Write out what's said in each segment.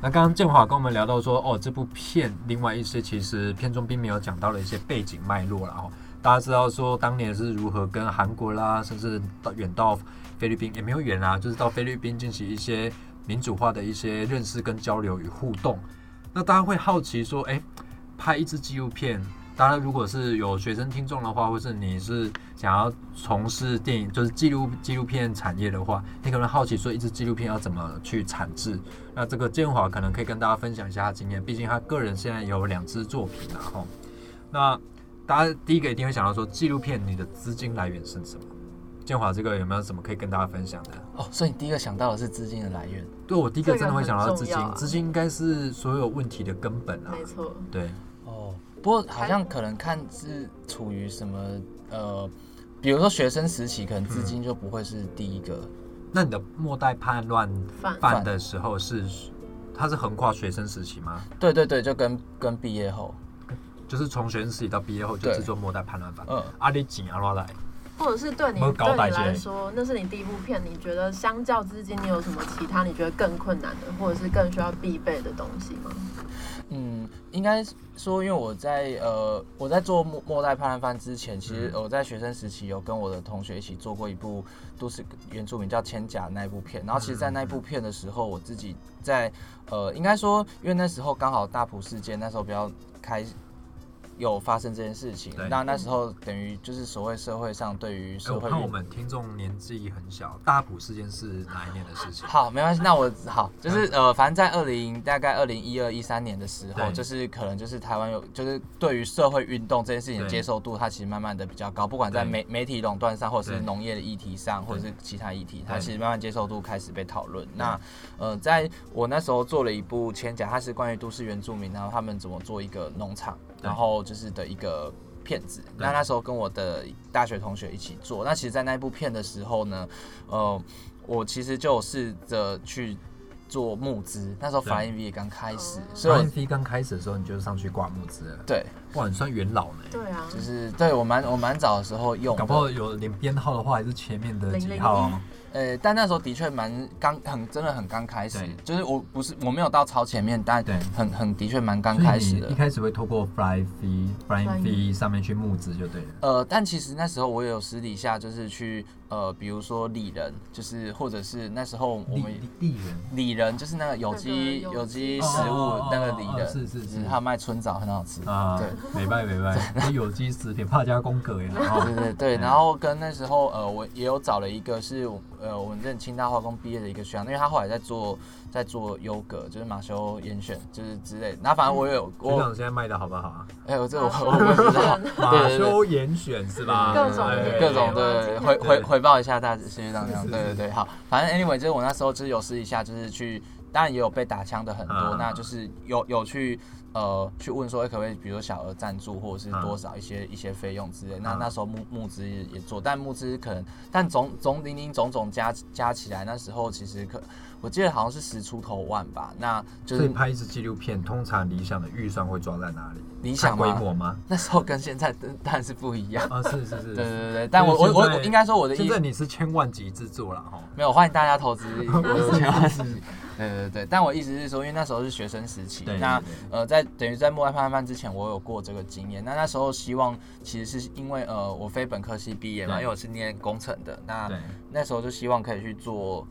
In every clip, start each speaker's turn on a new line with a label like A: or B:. A: 那刚刚建华跟我们聊到说，哦，这部片另外一些其实片中并没有讲到的一些背景脉络了哦。大家知道说当年是如何跟韩国啦，甚至到远到菲律宾也没有远啊，就是到菲律宾进行一些民主化的一些认识跟交流与互动。那大家会好奇说，诶，拍一支纪录片，当然如果是有学生听众的话，或是你是想要从事电影，就是纪录纪录片产业的话，你可能好奇说，一支纪录片要怎么去产制？那这个建华可能可以跟大家分享一下他经验，毕竟他个人现在有两支作品然后那大家第一个一定会想到说，纪录片你的资金来源是什么？建华这个有没有什么可以跟大家分享的？
B: 哦，所以你第一个想到的是资金的来源。
A: 对我第一个真的会想到资
C: 这
A: 金
C: 个很重要，啊
A: 资金应该是所有问题的根本啊
C: 没。错，
A: 对，
B: 哦，不过好像可能看是处于什么呃，比如说学生时期，可能资金就不会是第一个。
A: 那你的末代叛乱
C: 反
A: 犯的时候是，它是横跨学生时期吗？
B: 对对对，就跟跟毕业后，
A: 就是从学生时期到毕业后就
B: 对
A: 制作末代叛乱犯。啊
B: 嗯，
A: 阿里紧阿乱来，
C: 或者是对你
A: 没有
C: 对
A: 搞歹
C: 你
A: 之类
C: 来说，那是你第一部片，你觉得相较之今，你有什么其他你觉得更困难的，或者是更需要必备的东西吗？
B: 嗯，应该说，因为我在呃，我在做末末代叛乱犯之前，其实
A: 嗯
B: 我在学生时期有跟我的同学一起做过一部都市原住民叫《千甲》那一部片。然后其
A: 嗯
B: 实，在那一部片的时候，我自己在呃，应该说，因为那时候刚好大埔事件，那时候比较开有发生这件事情
A: 对，
B: 那那时候等于就是所谓社会上对于
A: 哎
B: 社
A: 我
B: 会
A: 看我
B: 运
A: 们听众年纪很小，大埔事件是哪一年的事情？
B: 好，没关系，那我好，就是呃，反正在二零大概二零一二一三年的时候，
A: 对
B: 就是可能就是台湾有，就是对于社会运动这件事情的
A: 对
B: 接受度，它其实慢慢的比较高，不管在
A: 对
B: 媒媒体垄断上，或者是
A: 对
B: 农业的议题上，或者是其他议题，它
A: 对
B: 其实慢慢接受度开始被讨论。那呃，在我那时候做了一部《千甲》，它是关于都市原住民，然后他们怎么做一个农场，
A: 对
B: 然后就是的一个片子。
A: 对
B: 那那时候跟我的大学同学一起做。那其实，在那一部片的时候呢，呃，我其实就有试着去做募资。那时候
A: 对
B: 法兰 V 也刚开始，
C: 哦
B: 所以我
A: RNC 刚开始的时候你就上去挂募资了，
B: 对，
A: 哇，你算元老呢。
C: 对啊，
B: 就是对我蛮我蛮早的时候用
A: 搞
B: 的
A: 不，好有连编号的话，还是前面的几号哦。
B: 呃，但那时候的确蛮刚很真的很刚开始
A: 对，
B: 就是我不是我没有到超前面，但
A: 对
B: 很很的确蛮刚开始
A: 所以
B: 的
A: 你一。开始会透过 Fly Fee、Fly Fee 上面去募资就对了。
B: 呃，但其实那时候我也有私底下就是去呃，比如说理人，就是或者是那时候我
A: 利
B: 们
A: 利利人
B: 理人就是那个有机
C: 那个有
B: 有机
C: 机
B: 食物
A: 哦
B: 那个理
A: 哦哦
B: 人，
A: 是是是
B: 他卖春枣很好吃。
A: 啊
B: 对，
A: 美拜美拜，有机食品怕加工格呀。哦
B: 对对对，然后跟那时候呃，我也有找了一个是我呃，我们认清大化工毕业的一个学长，因为他后来在做在做优格，就是马修严选，就是之类的。那反正我有
A: 学
B: 我
A: 长现在卖的好不好啊？
B: 哎，我这我我不知道，
A: 马
B: 对对嗯
A: 修严选是吧？
C: 各种
A: 哎
C: 对
B: 各种对，回回
A: 对
B: 回报一下大致学长这样，
A: 是
B: 对对对，好，反正 anyway 就是我那时候就是有私底下就是去，当然也有被打枪的很多
A: 嗯，
B: 那就是有有去呃去问说哎可不可以，比如说小额赞助或者是
A: 嗯
B: 多少一些一些费用之类，那
A: 嗯
B: 那时候募募资也做，但募资可能但总总零零总总加加起来，那时候其实可我记得好像是十出头万吧，那就
A: 所以
B: 是
A: 拍一支纪录片，通常理想的预算会抓在哪里？
B: 理想
A: 看
B: 嘛
A: 规模吗？
B: 那时候跟现在当然是不一样，
A: 啊，是 是是。
B: 对对对对，但我我
A: 所以现在
B: 我我应该说我的意
A: 现在你是千万级制作了哈。
B: 没有，欢迎大家投资我的钱万是。对对对，但我意思是说，因为那时候是学生时期，
A: 对对
B: 那
A: 对
B: 呃，在等于在莫爱潘潘之前，我有过这个经验。那那时候希望其实是因为呃，我非本科系毕业嘛，
A: 对
B: 因为我是念工程的，那
A: 对
B: 那时候就希望可以去做，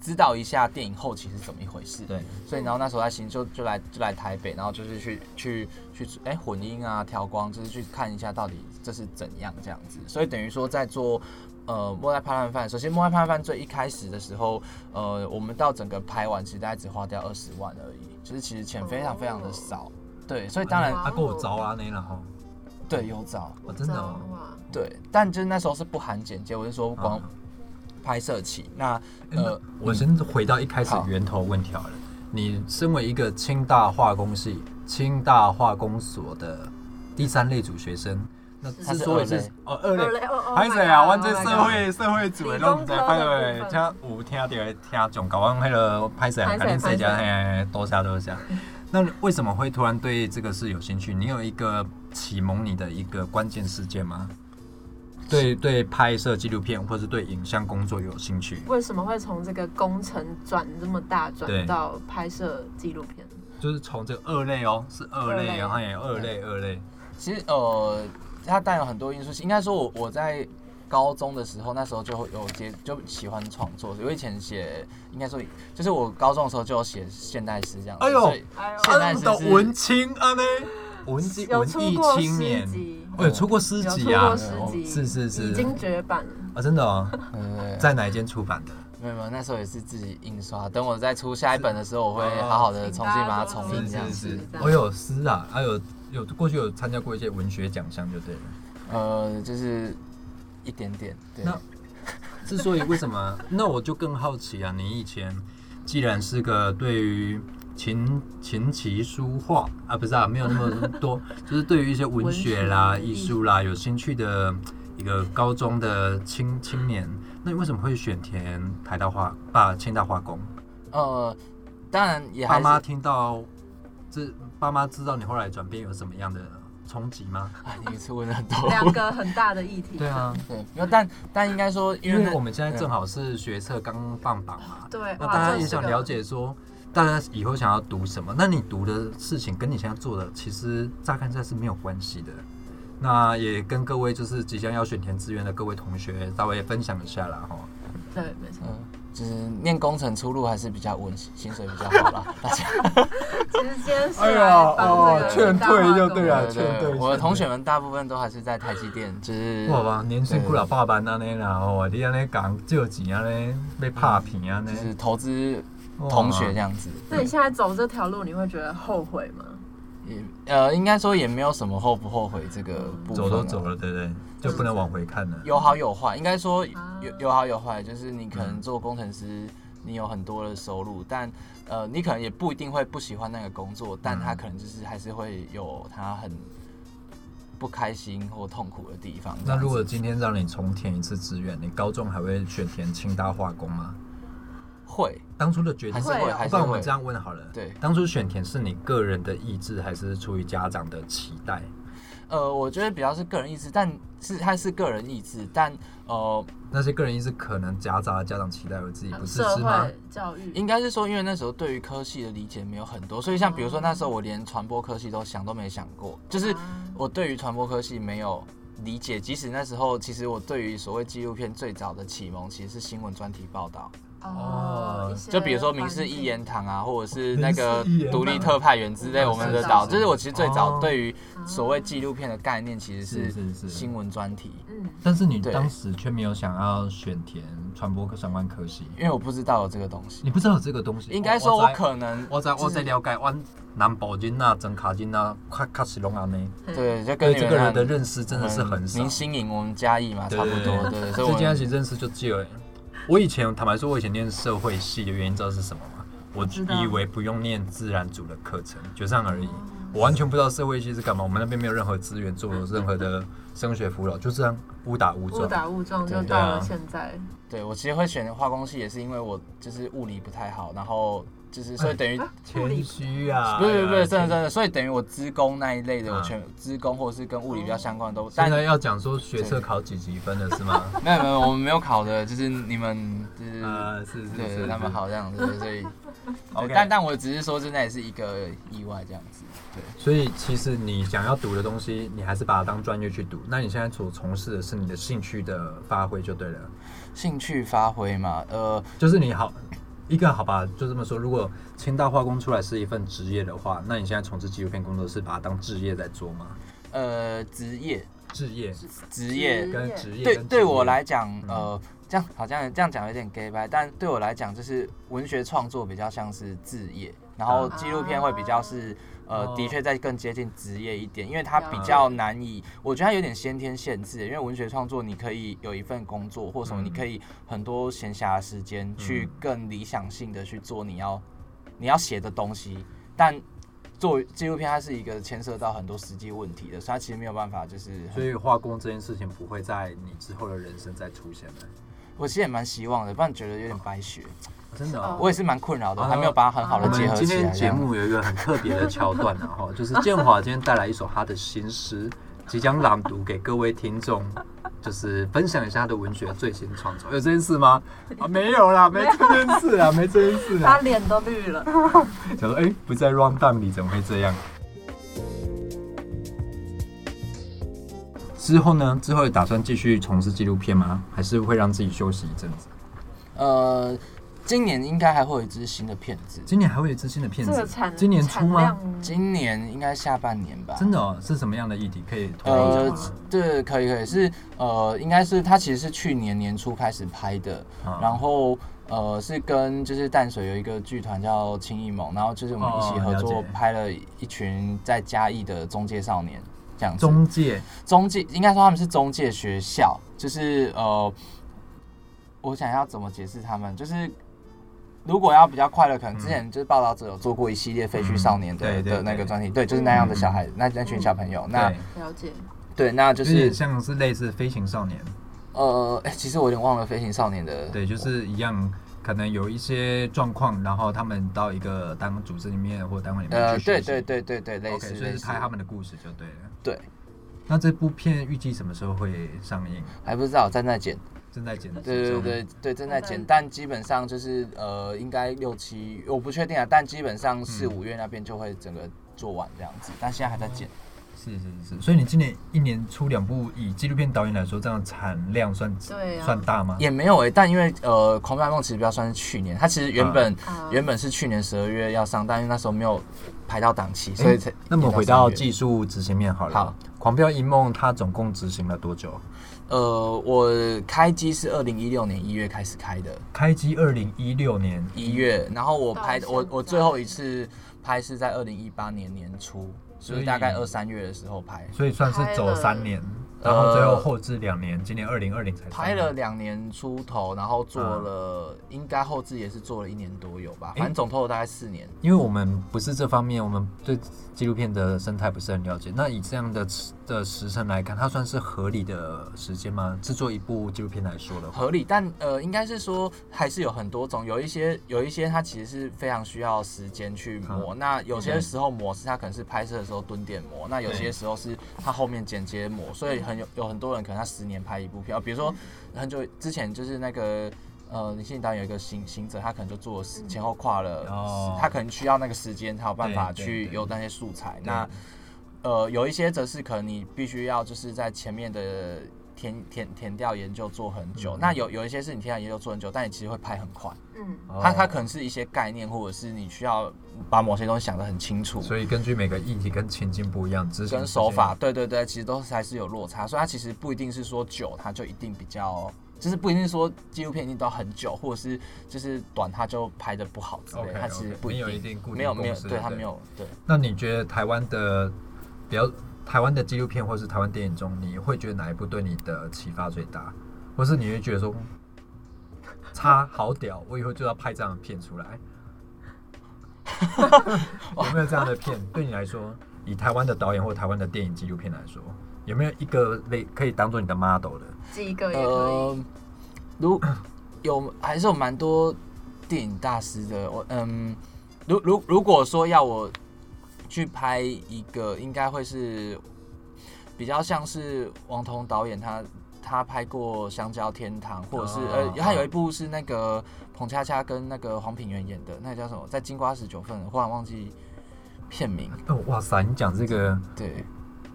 B: 知道一下电影后期是怎么一回事。
A: 对，
B: 所以然后那时候在行就就来就来台北，然后就是去去去哎混音啊调光，就是去看一下到底这是怎样这样子。所以等于说在做呃末代叛乱犯，首先末代叛乱犯最一开始的时候，呃我们到整个拍完，其实大概只花掉二十万而已，就是其实钱非常非常的少。对，所以当然
C: 哇
A: 啊够招啊那了哈。
B: 对有找
A: 我真的哦。
C: 哇，
B: 对，但就是那时候是不含剪接，我是说光
A: 嗯
B: 拍摄起那
A: 呃
B: 呃，
A: 我先回到一开始
B: 好
A: 源头问题好了。你身为一个清大化工系、清大化工所的第三类组学生，那之所以
B: 他
A: 是
B: 是
A: 哦二
C: 二
A: 类
C: 类，哦哦
A: 还是啊，
C: 完
A: 阮
C: 全
A: 这社会社会主义拢在拜个，听有听到的听众，搞阮迄个拍摄，赶紧谁家嘿，多谢多 谢。那为什么会突然对这个事有兴趣？你有一个启蒙你的一个关键事件吗？对对拍摄纪录片或是对影像工作有兴趣，
C: 为什么会从这个工程转这么大，
A: 对
C: 转到拍摄纪录片？
A: 就是从这个二类哦，是二
C: 二
A: 类，
C: 类
A: 然后也有二类二类，
B: 其实呃，它带有很多因素。应该说我我在高中的时候，那时候就会有接就喜欢创作。我以前写，应该说就是我高中的时候就有写现代诗这样子。
A: 哎呦
B: 所以
C: 哎呦
B: 现在
A: 啊
B: 是
A: 你的文青啊呢，文青
C: 有
A: 文
C: 出
A: 艺
C: 过
A: 青
C: 诗
A: 年，
C: 集
A: 哦有出过诗
C: 有出
A: 集啊
C: 过，诗集，
A: 是是是
C: 已经绝 版了。
A: 啊真的哦，
B: 对对对，
A: 在哪一间出版的？
B: 没有没有，那时候也是自己印刷。等我再出下一本的时候，我会好好的重新把它重
C: 是
B: 印
A: 是
B: 这样
A: 是
B: 子。
A: 是
C: 是，这样
A: 我有诗啊，还有有过去有参加过一些文学奖项就对了。
B: 呃，就是一点点。对，
A: 那之所以为什么， 那我就更好奇啊！你以前既然是个对于琴琴棋书画啊，不是啊，没有那么 多，就是对于一些文学嗯啦、
C: 文学
A: 艺术啦有兴趣的一个高中的青青年，那你为什么会选填台大化、爸清大化工？
B: 呃，当然也还
A: 爸
B: 是
A: 妈听到这，爸妈知道你后来转变有什么样的冲击吗？
B: 哎，你是问了很多。
C: 两个很大的议题。
A: 对啊，
B: 对， 没有但但应该说，因
A: 因
B: 为
A: 为
B: 那
A: 我们现在正好是学测刚放榜嘛，
C: 对，
A: 那
C: 哇
A: 大家
C: 这
A: 也
C: 是
A: 想
C: 个
A: 了解说，大家以后想要读什么？那你读的事情跟你现在做的，其实乍看之下是没有关系的。那也跟各位就是即将要选填志愿的各位同学稍微分享一下啦哈。
C: 对，没错。
B: 嗯，就是念工程出路还是比较稳，薪水比较好 啦。大家
C: 其实今天是来帮这个
A: 哎哦劝退就对
C: 大
A: 了
C: 化工
A: 啊劝对嗯
B: 我的同学们大部分都还是在台积电，就是
A: 哇吧，年薪过了八万安尼啦吼，你安尼讲借钱安尼被拍平安
B: 就
A: 尼
B: 是，投资同学啊这
A: 哇
B: 样子。
C: 那你现在走这条路，你会觉得后悔吗？
B: 也呃，应该说也没有什么后不后悔这个部分、
A: 走
B: 啊
A: 都走。了，对不对？就不能往回看了。
B: 有好有坏，应该说
C: 啊
B: 有有好有坏，就是你可能做工程师，你有很多的收入，但呃，你可能也不一定会不喜欢那个工作，但
A: 嗯
B: 他可能就是还是会有他很不开心或痛苦的地方。
A: 那如果今天让你重填一次志愿，你高中还会选填清大化工吗？
B: 会
A: 当初的决定
B: 还是
C: 会
B: 会
C: 哦
B: 还是
A: 不然我们这
B: 会，
A: 样问好了。
B: 对
A: 当初选填是你个人的意志，还是出于家长的期待？
B: 呃，我觉得比较是个人意志，但是他是个人意志，但呃，
A: 那些个人意志可能夹杂了家长期待而自己不自
C: 社
A: 知吗？
C: 会教育，
B: 应该是说，因为那时候对于科系的理解没有很多，所以像比如说那时候我连传播科系都想都没想过，就是
C: 啊
B: 我对于传播科系没有理解。即使那时候，其实我对于所谓纪录片最早的启蒙，其实是新闻专题报道，
A: 哦
C: 一些
B: 就比如说《明世一言堂》啊，或者是
A: 明
B: 那个
A: 示一言堂
B: 独立特派员之类，
A: 哦
B: 我们的
C: 是
B: 岛，
C: 是
B: 就是我其实最早
A: 哦
B: 对于
C: 环境
B: 所谓纪录片的概念，其实
A: 是是是
B: 是新闻专题。
C: 嗯，
A: 但是你
B: 对
A: 当时却没有想要选填传播相关科系，
B: 因为我不知道有这个东西，
A: 你不知道有这个东西。
B: 应该说
A: 我
B: 我可能
A: 我在我在了解，我南保金啊、整卡金啊、卡卡西隆啊呢，
C: 嗯
B: 对，就跟
A: 对这
B: 你们
A: 个人
B: 那
A: 的认识真的是很少
B: 您。新颖，我们嘉义嘛，
A: 对
B: 差不多，
A: 对
B: 对，所
A: 啊这
B: 以我
A: 件
B: 们
A: 事情认识就只有。我以前坦白说，我以前念社会系的原因知道是什么吗？我
C: 知道
A: 以为不用念自然组的课程，就这样而已。我完全不知道社会系是干嘛，我们那边没有任何资源做任何的升学辅导，就这样误打误
C: 嗯误
A: 撞。
C: 打误撞就
B: 对
C: 到
A: 对啊
C: 了现在，
B: 对我其实会选化工系，也是因为我就是物理不太好，然后就是所 以等于
C: 啊物
A: 谦
C: 理
A: 虚啊！
B: 不是不
A: 哎
B: 是
A: 呀
B: 真的真的，所以等于我资工那一类的，
A: 啊哦
B: 我全资工或者是跟物理比较相关的都，但
A: 现在
B: 没
A: 要讲说学测考几几分了是 吗？
B: 有没有，我们没有考的，就是你们就 是
A: 啊，是是
B: 嗯对
A: 是，
B: 他们好这样子，所以对
A: OK
B: 但但我只是说真的也是一个意外这样子，对。
A: 所以其实你想要读的东西，你还是把它当专业去读。那你现在所从事的是你的兴趣的发挥就对了。
B: 兴趣发挥嘛，呃，
A: 就是你好，一个好吧，就这么说。如果清大化工出来是一份职业的话，那你现在从事纪录片工作是把它当职业在做吗？
B: 呃，职业，
A: 职业
B: 职业，
C: 职
A: 跟职业
B: 对
A: 跟职
B: 对
A: 业嗯
B: 我来讲，呃，这样好像这样讲有点 gay 白，但对我来讲，就是文学创作比较像是置业，然后纪录片会比较是。呃，
A: 啊哦
B: 的确在更接近职业一点，因为它
C: 了
B: 比
A: 解
B: 较难以，我觉得它有点先天限制。因为文学创作，你可以有一份工作或什么，
A: 嗯
B: 你可以很多闲暇的时间去更理想性的去做你要你要写的东西。但做纪录片，它是一个牵涉到很多实际问题的，所以它其实没有办法就是很
A: 所以化工这件事情不会在你之后的人生再出现的，
B: 我其实也蛮希望的，不然觉得有点白学。
A: 真的、
C: 哦
B: 我也是蛮困扰的，
A: 啊
B: 我还没有把它很好啊
A: 我
B: 的结
A: 们
B: 合
A: 今
B: 起来。
A: 天节目有一个很特别的桥段啊，哈，就是建华今天带来一首他的新诗，即将朗读给各位听众。就是分享一下他的文学最新创作，有这件事吗？啊，没有啦，没这件事啊 啦，没这件事啦
C: 他。脸都绿了。
A: 想说，哎、不在 round down 里怎么会这样？之后呢？之后也打算继续从事纪录片吗？还是会让自己休息一阵子？
B: 呃，今年应该还会有一支新的片子，
A: 今年还会有一支新的片
C: 这个
A: 子
C: 产，
A: 今年出吗？？
C: 产量
B: 今年应该下半年吧。
A: 真的哦，是什么样的议题？可以透露一
B: 呃
A: 下吗？，
B: 对，可以可以是呃，应该是他其实是去年年初开始拍的，
A: 啊
B: 然后呃是跟就是淡水有一个剧团叫青艺盟，然后就是我们一起
A: 哦
B: 合
A: 了解
B: 作拍了一群在嘉义的中介少年这样子。
A: 中介
B: 中介应该说他们是中介学校，就是呃，我想要怎么解释他们，就是如果要比较快乐，可能之前就是报道者有做过一系列废墟少年
A: 嗯
B: 的、
A: 嗯对对
B: 的那个
A: 对
B: 专题，对，就是那样的小孩，那那群小朋友，那
A: 对
C: 了解，
B: 对，那就
A: 有点
B: 是
A: 像是类似飞行少年，
B: 呃，哎、其实我有点忘了飞行少年的，
A: 对，就是一样，可能有一些状况，然后他们到一个单位组织里面或单位里面
B: 呃，
A: 去
B: 对
A: 学习。
B: 对对对对，类
A: OK，所
B: 似
A: 以
B: 类
A: 是
B: 似，
A: 拍他们的故事就对了。
B: 对，
A: 那这部片预计什么时候会上映？
B: 还不知道正在剪，
A: 正在剪辑
B: 对对
A: 中。
B: 对对，正在剪，
C: 正在
B: 但基本上就是呃，应该六七，我不确定啊，但基本上四
A: 嗯
B: 五月那边就会整个做完这样子，但现在还在剪。
A: 是是是。所以你今年一年出两部，以纪录片导演来说，这样产量算
C: 对啊
A: 算大吗？
B: 也没有哎、但因为呃，《狂飙梦》其实比较算是去年，它其
A: 嗯
B: 实原本、
C: 啊
B: 原本是去年十二月要上，但是那时候没有排到档期，所以才、
A: 那么回到
B: 记
A: 技术执行面好了。
B: 好，
A: 《狂飙一梦》它总共执行了多久？
B: 呃，我开机是二零一六年一月开始开的，
A: 开机二零一六年，
B: 一月，
A: 嗯
B: 然后我
C: 到
B: 拍的我
C: 现
B: 我
C: 在
B: 最后一次拍是在二零一八年年初，
A: 所
B: 所
A: 以
B: 以大概二三月的时候拍，
A: 所以算是走三年，
B: 拍
A: 然
B: 了
A: 后最后后置两年，今年二零二零才上
B: 呃拍了。两年出头，然后做
A: 嗯
B: 了、应该后置也是做了一年多有吧，反正总 total 大概四年。
A: 因为我们不是这方面，我们对纪录片的生态不是很了解。那以这样的时的时程来看，它算是合理的时间吗？制作一部纪录片来说的话，
B: 合理，但呃，应该是说还是有很多种，有一些有一些它其实是非常需要时间去
A: 嗯
B: 磨。那有些时候磨是它可能是拍摄的时候蹲点磨，那有
A: 对
B: 些时候是它后面剪接磨，所以很有有很多人可能他十年拍一部片，呃比
A: 嗯
B: 如说很久之前就是那个。呃，李现导演有一个行行者，他可能就做了十前后跨了十，
A: 嗯哦
B: 他可能需要那个时间，他有办法
A: 对对
B: 去
A: 对
B: 有那些素材。
A: 对
B: 那呃，有一些则是可能你必须要就是在前面的填填填掉研究做很久，
A: 嗯
B: 那有有一些是你填掉研究做很久，但你其实会拍很快。
C: 嗯，
B: 它它
A: 哦
B: 可能是一些概念，或者是你需要把某些东西想得很清楚，
A: 所以根据每个议题跟情境不一样，执行
B: 跟
A: 时
B: 手
A: 间
B: 法，对对对，其实都是还是有落差，所以它其实不一定是说久，它就一定比较。就是不一定说纪录片一定都很久，或者是就是短，它就拍的不好之类的
A: OK，
B: 它其实
A: OK，
B: 不
A: 没有
B: 定，
A: 一定固定
B: 没有没有，
A: 公式
B: 对它
A: 对
B: 没有对。
A: 那你觉得台湾的比较台湾的纪录片或是台湾电影中，你会觉得哪一部对你的启发最大，或是你会觉得说，差好屌，我以后就要拍这样的片出来？有没有这样的片？对你来说，以台湾的导演或台湾的电影纪录片来说，有没有一个类可以当做你的 model 的？
C: 记一个也可
B: 呃，如有还是有蛮多电影大师的，我嗯，如如如果说要我去拍一个，应该会是比较像是王彤导演他。他拍过《香蕉天堂》，或者是、呃
A: 哦，
B: 他有一部是那个彭恰恰跟那个黄品源演的，那个叫什么？在《金瓜石九份》，忽然忘记片名。
A: 哦，哇塞！你讲这个，
B: 对，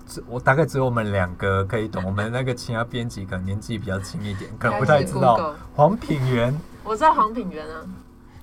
A: 只我大概只有我们两个可以懂，我们那个其他编辑可能年纪比较轻一点，可能不太知
C: 还是
A: 道
C: Google
A: 黄品源。
C: 以，我知道黄品源啊，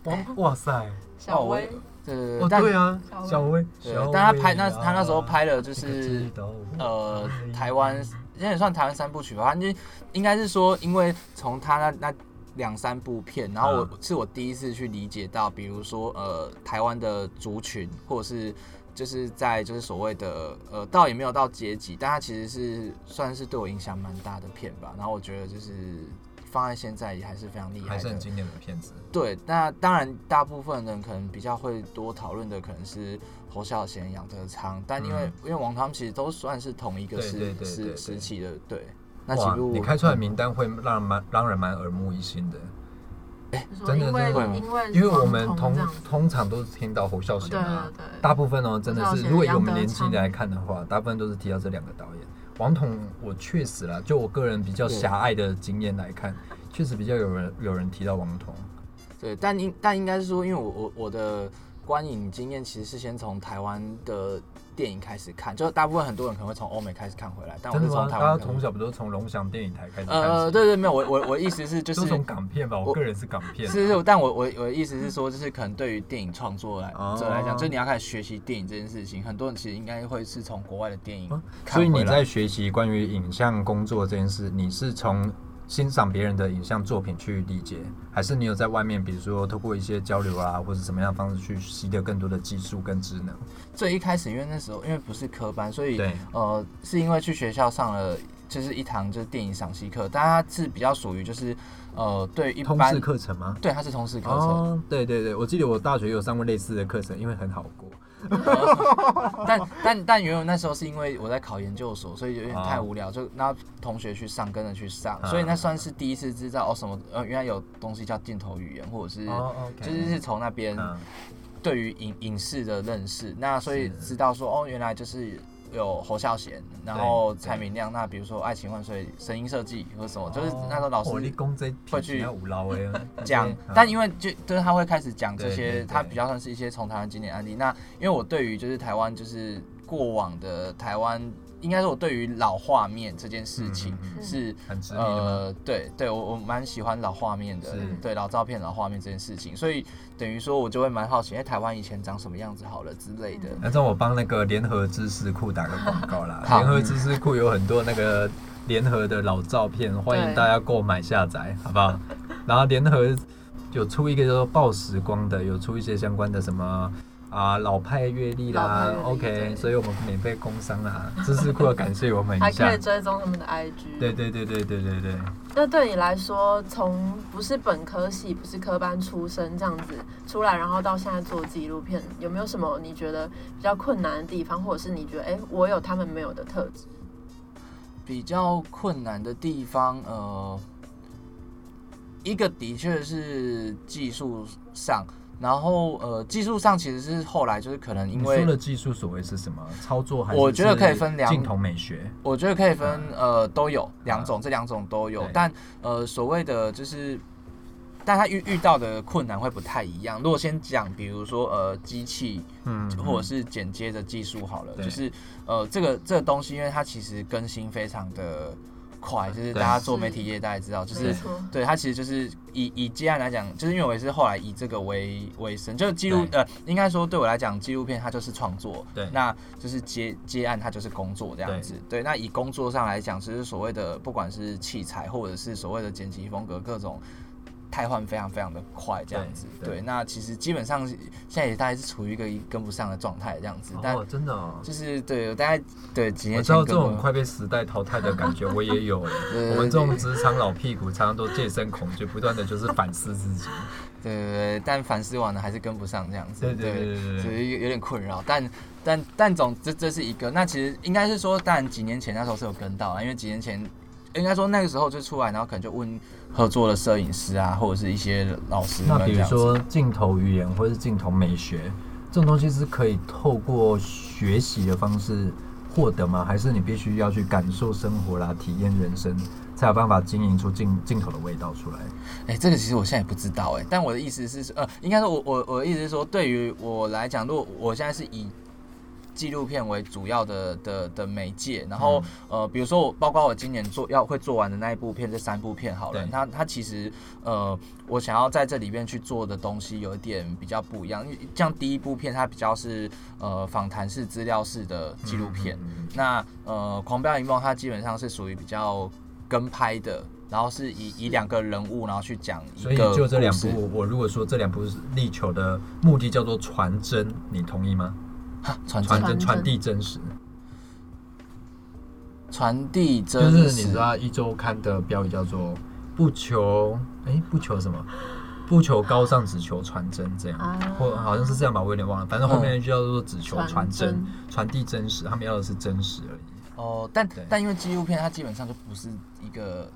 A: 哇哦哇塞！
C: 小
B: 哦我
C: 薇，
B: 对哎对对，
A: 哦，
B: 但
A: 对啊，小
C: 小
A: 薇，
B: 对
A: 小，
B: 但他
A: 薇
B: 拍那
A: 啊
B: 他那时候拍的就
A: 你可
B: 是
A: 记得我
B: 呃，台湾现在算台湾三部曲吧，反正应该是说，因为从他那那两三部片，然后我、
A: 嗯
B: 是我第一次去理解到，比如说呃，台湾的族群，或者是就是在就是所谓的呃，倒也没有到阶级，但它其实是算是对我影响蛮大的片吧。然后我觉得就是放在现在也还是非常厉害
A: 还是
B: 的
A: 很。经典的片子。
B: 对，那当然，大部分人可能比较会多讨论的可能是侯孝贤、杨德昌，但因为、
A: 嗯
B: 因为王他们其实都算是同一个
A: 对对
B: 时
A: 对对对
B: 时时期的，对。那几
A: 哇，
B: 部
A: 你开出来的名单会让蛮让人蛮耳目一新的，
C: 你说
A: 真的
C: 因为
A: 真
B: 的
C: 因为
A: 因为我们
C: 黄
A: 通
C: 这样子
A: 通常都是听到侯孝
C: 对
A: 贤啊
C: 对，对，
A: 大部分哦真的
C: 侯孝
A: 是，
C: 贤
A: 如果以我们
C: 杨德
A: 年纪
C: 昌
A: 来看的话，大部分都是提到这两个导演。王统，我确实啦，就我个人比较狭隘的经验来看，确实比较有人有人提到王统。
B: 对，但应但应该是说，因为我我我的观影经验其实是先从台湾的电影开始看，就是大部分很多人可能会从欧美开始看回来，但我
A: 真
B: 是
A: 的吗
B: 从？台
A: 大
B: 湾
A: 家
B: 看回
A: 从
B: 来。
A: 小不都是从龙翔电影台开始看起？
B: 呃，对对，没有，我我我意思是 就
A: 都是
B: 是
A: 从港片吧，我
B: 我
A: 个人是港片。
B: 是是，但我我我的意思是说，就是可能对于电影创作来
A: 哦
B: 这来讲，就是你要开始学习电影这件事情，很多人其实应该会是从国外的电影
A: 啊
B: 看
A: 所以你
B: 回来
A: 在学习关于影像工作这件事，你是从欣赏别人的影像作品去理解，还是你有在外面，比如说透过一些交流啊，或者怎么样的方式去习得更多的技术跟职能？
B: 最一开始，因为那时候因为不是科班，所以
A: 对
B: 呃，是因为去学校上了就是一堂就是电影赏析课，但它是比较属于就是呃对一
A: 通
B: 般
A: 识课程吗？
B: 对它是通识课程，
A: 哦，对对对，我记得我大学有上过类似的课程，因为很好过。
B: 但但但原本那时候是因为我在考研究所，所以有点
A: 哦
B: 太无聊，就那同学去上跟着去上，
A: 啊
B: 所以那算是第一次知道哦什么呃原来有东西叫镜头语言，或者是。
A: 哦
B: 就是是从那边
A: 嗯，
B: 对于影影视的认识，那所以
A: 是
B: 知道说哦，原来就是有侯孝贤，然后蔡明亮，那比如说《爱情万岁》声音设计或什么，就是那时候老
A: 哦你
B: 师
A: 讲这
B: 会去
A: 要无劳哎，
B: 讲
A: 对，
B: 但
A: 嗯
B: 因为就就是他会开始讲这
A: 对对
B: 些，
A: 对
B: 他比较算是一些从台湾经典案例。那因为我对于就是台湾就是过往的台湾，应该说我对于老画面这件事情
A: 嗯嗯
C: 嗯
B: 是。
A: 很执迷的吗
B: 呃，对对，我我蛮喜欢老画面的
A: 是，
B: 对老照片、老画面这件事情，所以等于说我就会蛮好奇，哎、台湾以前长什么样子好了之类的。。
A: 那让我帮那个联合知识库打个广告啦
B: 好
A: 联合知识库有很多那个联合的老照片，欢迎大家购买下载，好不好？然后联合有出一个叫做“暴时光”的，有出一些相关的什么。啊，老派阅历啦
C: 老派阅历
A: ，OK，
C: 对
A: 所以我们免费工商啦，知识库要感谢我们 一
C: 还
A: 下
C: 可以。追踪他们的 IG。
A: 对对对对对对对，
C: 那对你来说，从不是本科系、不是科班出身这样子出来，然后到现在做纪录片，有没有什么你觉得比较困难的地方，或者是你觉得哎、诶我有他们没有的特质？
B: 比较困难的地方，呃，一个的确是技术上，然后呃，技术上其实是后来就是可能因
A: 你说
B: 为
A: 的技术所谓是什么？操作还是
B: 我觉得可以分两
A: 镜头美学，
B: 我觉得可以分呃都有两种，这两种都有
A: 嗯对，
B: 但呃所谓的就是，但他遇遇到的困难会不太一样。如果先讲，比如说呃机器
A: 嗯，
B: 或者是剪接的技术好了，
A: 对
B: 就是呃这个这个东西，因为它其实更新非常的快，就是
A: 对
B: 大家做
C: 是
B: 媒体业大家知道，就
C: 没
B: 是。
C: 错，
B: 对它其实就是以以接案来讲，就是因为我也是后来以这个为为生，就是记录
A: 对
B: 呃，应该说对我来讲，纪录片它就是创作，
A: 对
B: 那就是接接案它就是工作这样子，对。那以工作上来讲，其实所谓的不管是器材或者是所谓的剪辑风格各种。汰换非常非常的快，这样子
A: 对对
B: 对。那其实基本上现在也大概是处于一个跟不上的状态，这样子。但
A: 哦，真的哦，
B: 就是对，我大概对几
A: 我
B: 年
A: 知
B: 前
A: 道这
B: 跟我呃
A: 种快被时代淘汰的感觉，我也 有哎、
B: 对
A: 我们这种职场老屁股，常常都戒慎恐惧，不断的就是反思自己。
B: 对对对，但反思完了还是跟不上这样子，
A: 对对对对对
B: 所以有有点困扰。但但但总这这是一个，那其实应该是说，但几年前那时候是有跟到啦，因为几年前应该说那个时候就出来，然后可能就问合作的摄影师啊，或者是一些老师们
A: 那
B: 这
A: 比如
B: 样子。
A: 说镜头语言或是镜头美学这种东西，是可以透过学习的方式获得吗？还是你必须要去感受生活啦，体验人生，才有办法经营出镜镜头的味道出来？
B: 哎、这个其实我现在也不知道哎、但我的意思是，呃，应该说我我我的意思是说，对于我来讲，如果我现在是以纪录片为主要的的的媒介，然后、
A: 嗯
B: 呃，比如说我包括我今年做要会做完的那一部片，这三部片好了
A: 对，
B: 它它其实呃，我想要在这里面去做的东西有一点比较不一样，因为像第一部片它比较是呃访谈式资料式的纪录片，
A: 嗯
B: 那呃，《狂飙一梦》它基本上是属于比较跟拍的，然后是以以两个人物，然后去讲一
A: 所以
B: 个
A: 就这两
B: 故事
A: 部，我如果说这两部是力求的目的叫做传真，你同意吗？
B: 哈传
A: 传
B: 传
A: 真
C: 真
A: 传递真实。
B: 传递真
A: 就
B: 实，
A: 是你知道一周刊的标语叫做“不求哎不求什么，不求高尚，只求传真”这样，
C: 啊
A: 或好像是这样吧，我有点忘了。反正后面就叫做“只求传
C: 传
A: 真
C: 真”，
A: 传递真实，他们要的是真实而已。
B: 哦，但
A: 对
B: 但因为纪录片它基本上就不是一个。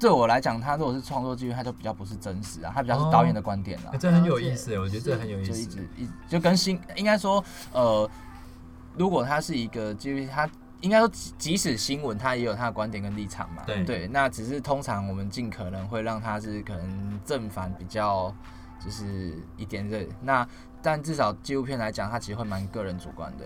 B: 对我来讲，它如果是创作纪录，它就比较不是真实啊，它比较是导演的观点啦
A: 哎，。这很有意思，我觉得这很有意
B: 就一
A: 思
B: 直。一就跟新应该说呃，如果它是一个纪录片，它应该说即，即使新闻它也有它的观点跟立场嘛。
A: 对
B: 那只是通常我们尽可能会让它是可能正反比较就是一点点。那但至少纪录片来讲，它其实会蛮个人主观的。